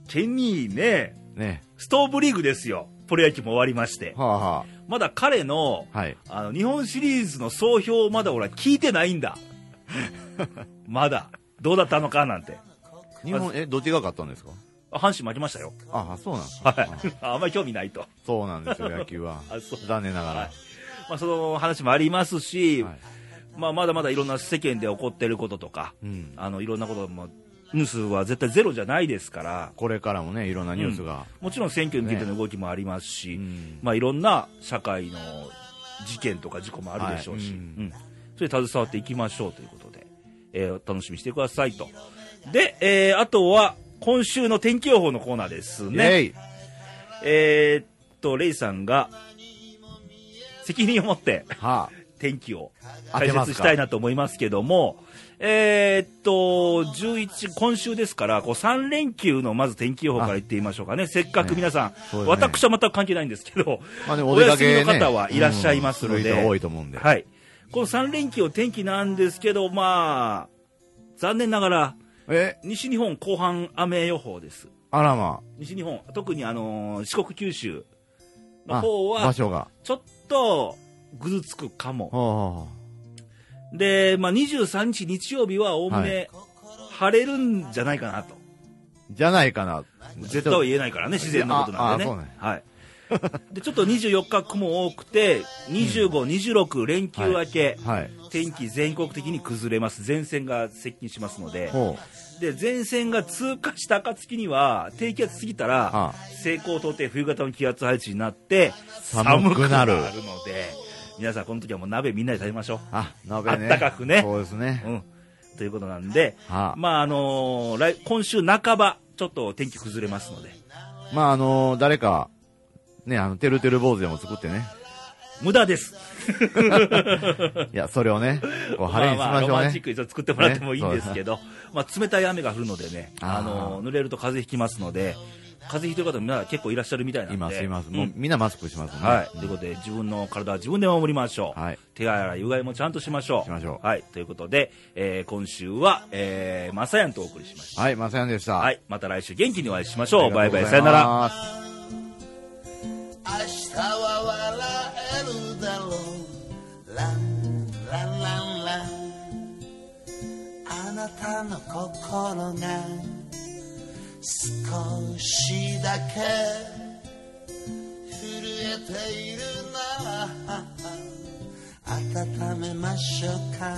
ケンニーね、
ね、
ストーブリーグですよ。プロ野球も終わりまして。
はあは
まだ彼の、
あ、はい。
あの、日本シリーズの総評をまだ俺は聞いてないん だ。まだ。どうだったのかなんて。
日本、え、どっちが勝ったんですか
あ阪神負けましたよ。
ああ、そうなんですか。
はい
あ。
あんまり興味ないと。
そうなんですよ、野球は
あそう。
残念ながら。
はいまあ、その話もありますし、
はい
まあ、まだまだいろんな世間で起こってることとか、
うん。
あのいろんなことも、ニュースは絶対ゼロじゃないですから、
これからもね、いろんなニュースが。
もちろん選挙に向けての動きもありますし、
うん
まあ、いろんな社会の事件とか事故もあるでしょうし、
はいうん
うんそれに携わっていきましょうということで、えーお楽しみにしてくださいと。で、えーあとは、今週の天気予報のコーナーです
イ
ね。
ェイ
えーっと、レイさんが、責任を持って
は
天気を
当
解
てますか
説したいなと思いますけども、えーっと、11、今週ですから、こう3連休のまず天気予報から言ってみましょうかね。せっかく皆さん、
そうですね
私は全く関係ないんですけど、
あ、まあね
お休みの方はいらっしゃいますの
うん
で、
する人多いと思うんで。
はい。この3連休天気なんですけど、まあ、残念ながら、
え、
西日本後半雨予報です。
あらま
西日本、特にあのー四国九州
あ。
の方
場
は、
所が。
ちょっとぐずつくかも。
は
で、まあ23日日曜日はおおむね晴れるんじゃないかなと。
あ、じゃないかな。
絶対は言えないからね、自然のことなんでね。
ああそうね
はい。で、ちょっと24日雲多くて、25、26連休明け、
はい。
天気全国的に崩れます前線が接近しますので
ほ
で前線が通過した暁には低気圧過ぎた
あ
ら西高東低冬型の気圧配置になって
寒くなる
寒くので皆さんこの時はもう鍋みんなで食べましょう
う。、あ、鍋ね。
あったかくね
そうですね。
うん、ということなんで、
はあ、
まああのー来今週半ばちょっと天気崩れますので
まあ、あのー誰か、ね、あの、てるてる坊主でも作ってね。
無駄です
いや、それをね、こう、晴れにしましょ
ああロ
うね。
マンチックにちょっと作ってもらってもいいんですけど、まあ冷たい雨が降るのでね、
あー
あの濡れると風邪ひきますので、風邪ひいてる方も皆結構いらっしゃるみたいなんで。
います、います。
うん
もう、みんなマスクしますもんね。
はい。ということで、自分の体は自分で守りましょう。
はい
手洗い、うがいもちゃんとしましょう。
しましょう
はい。ということで、えー今週は、えー、まさやんとお送りしました。
はい、まさやんでした。
はい。また来週元気にお会いしまし
あ
ょ
り
う。
が
バ
と
イ
うござ
バ
い
イ。
ます。
さよなら。
明日は笑えるだろうランランランランあなたの心が少しだけ震えているなら温めましょうか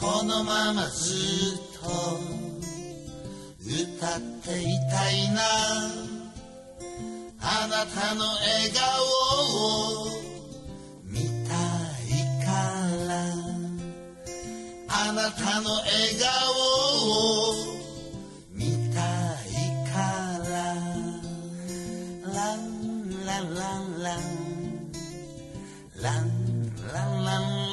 このままずっと歌っていたいなあなたの笑顔を見たいからあなたの笑顔を見たいからランランランランランランランラン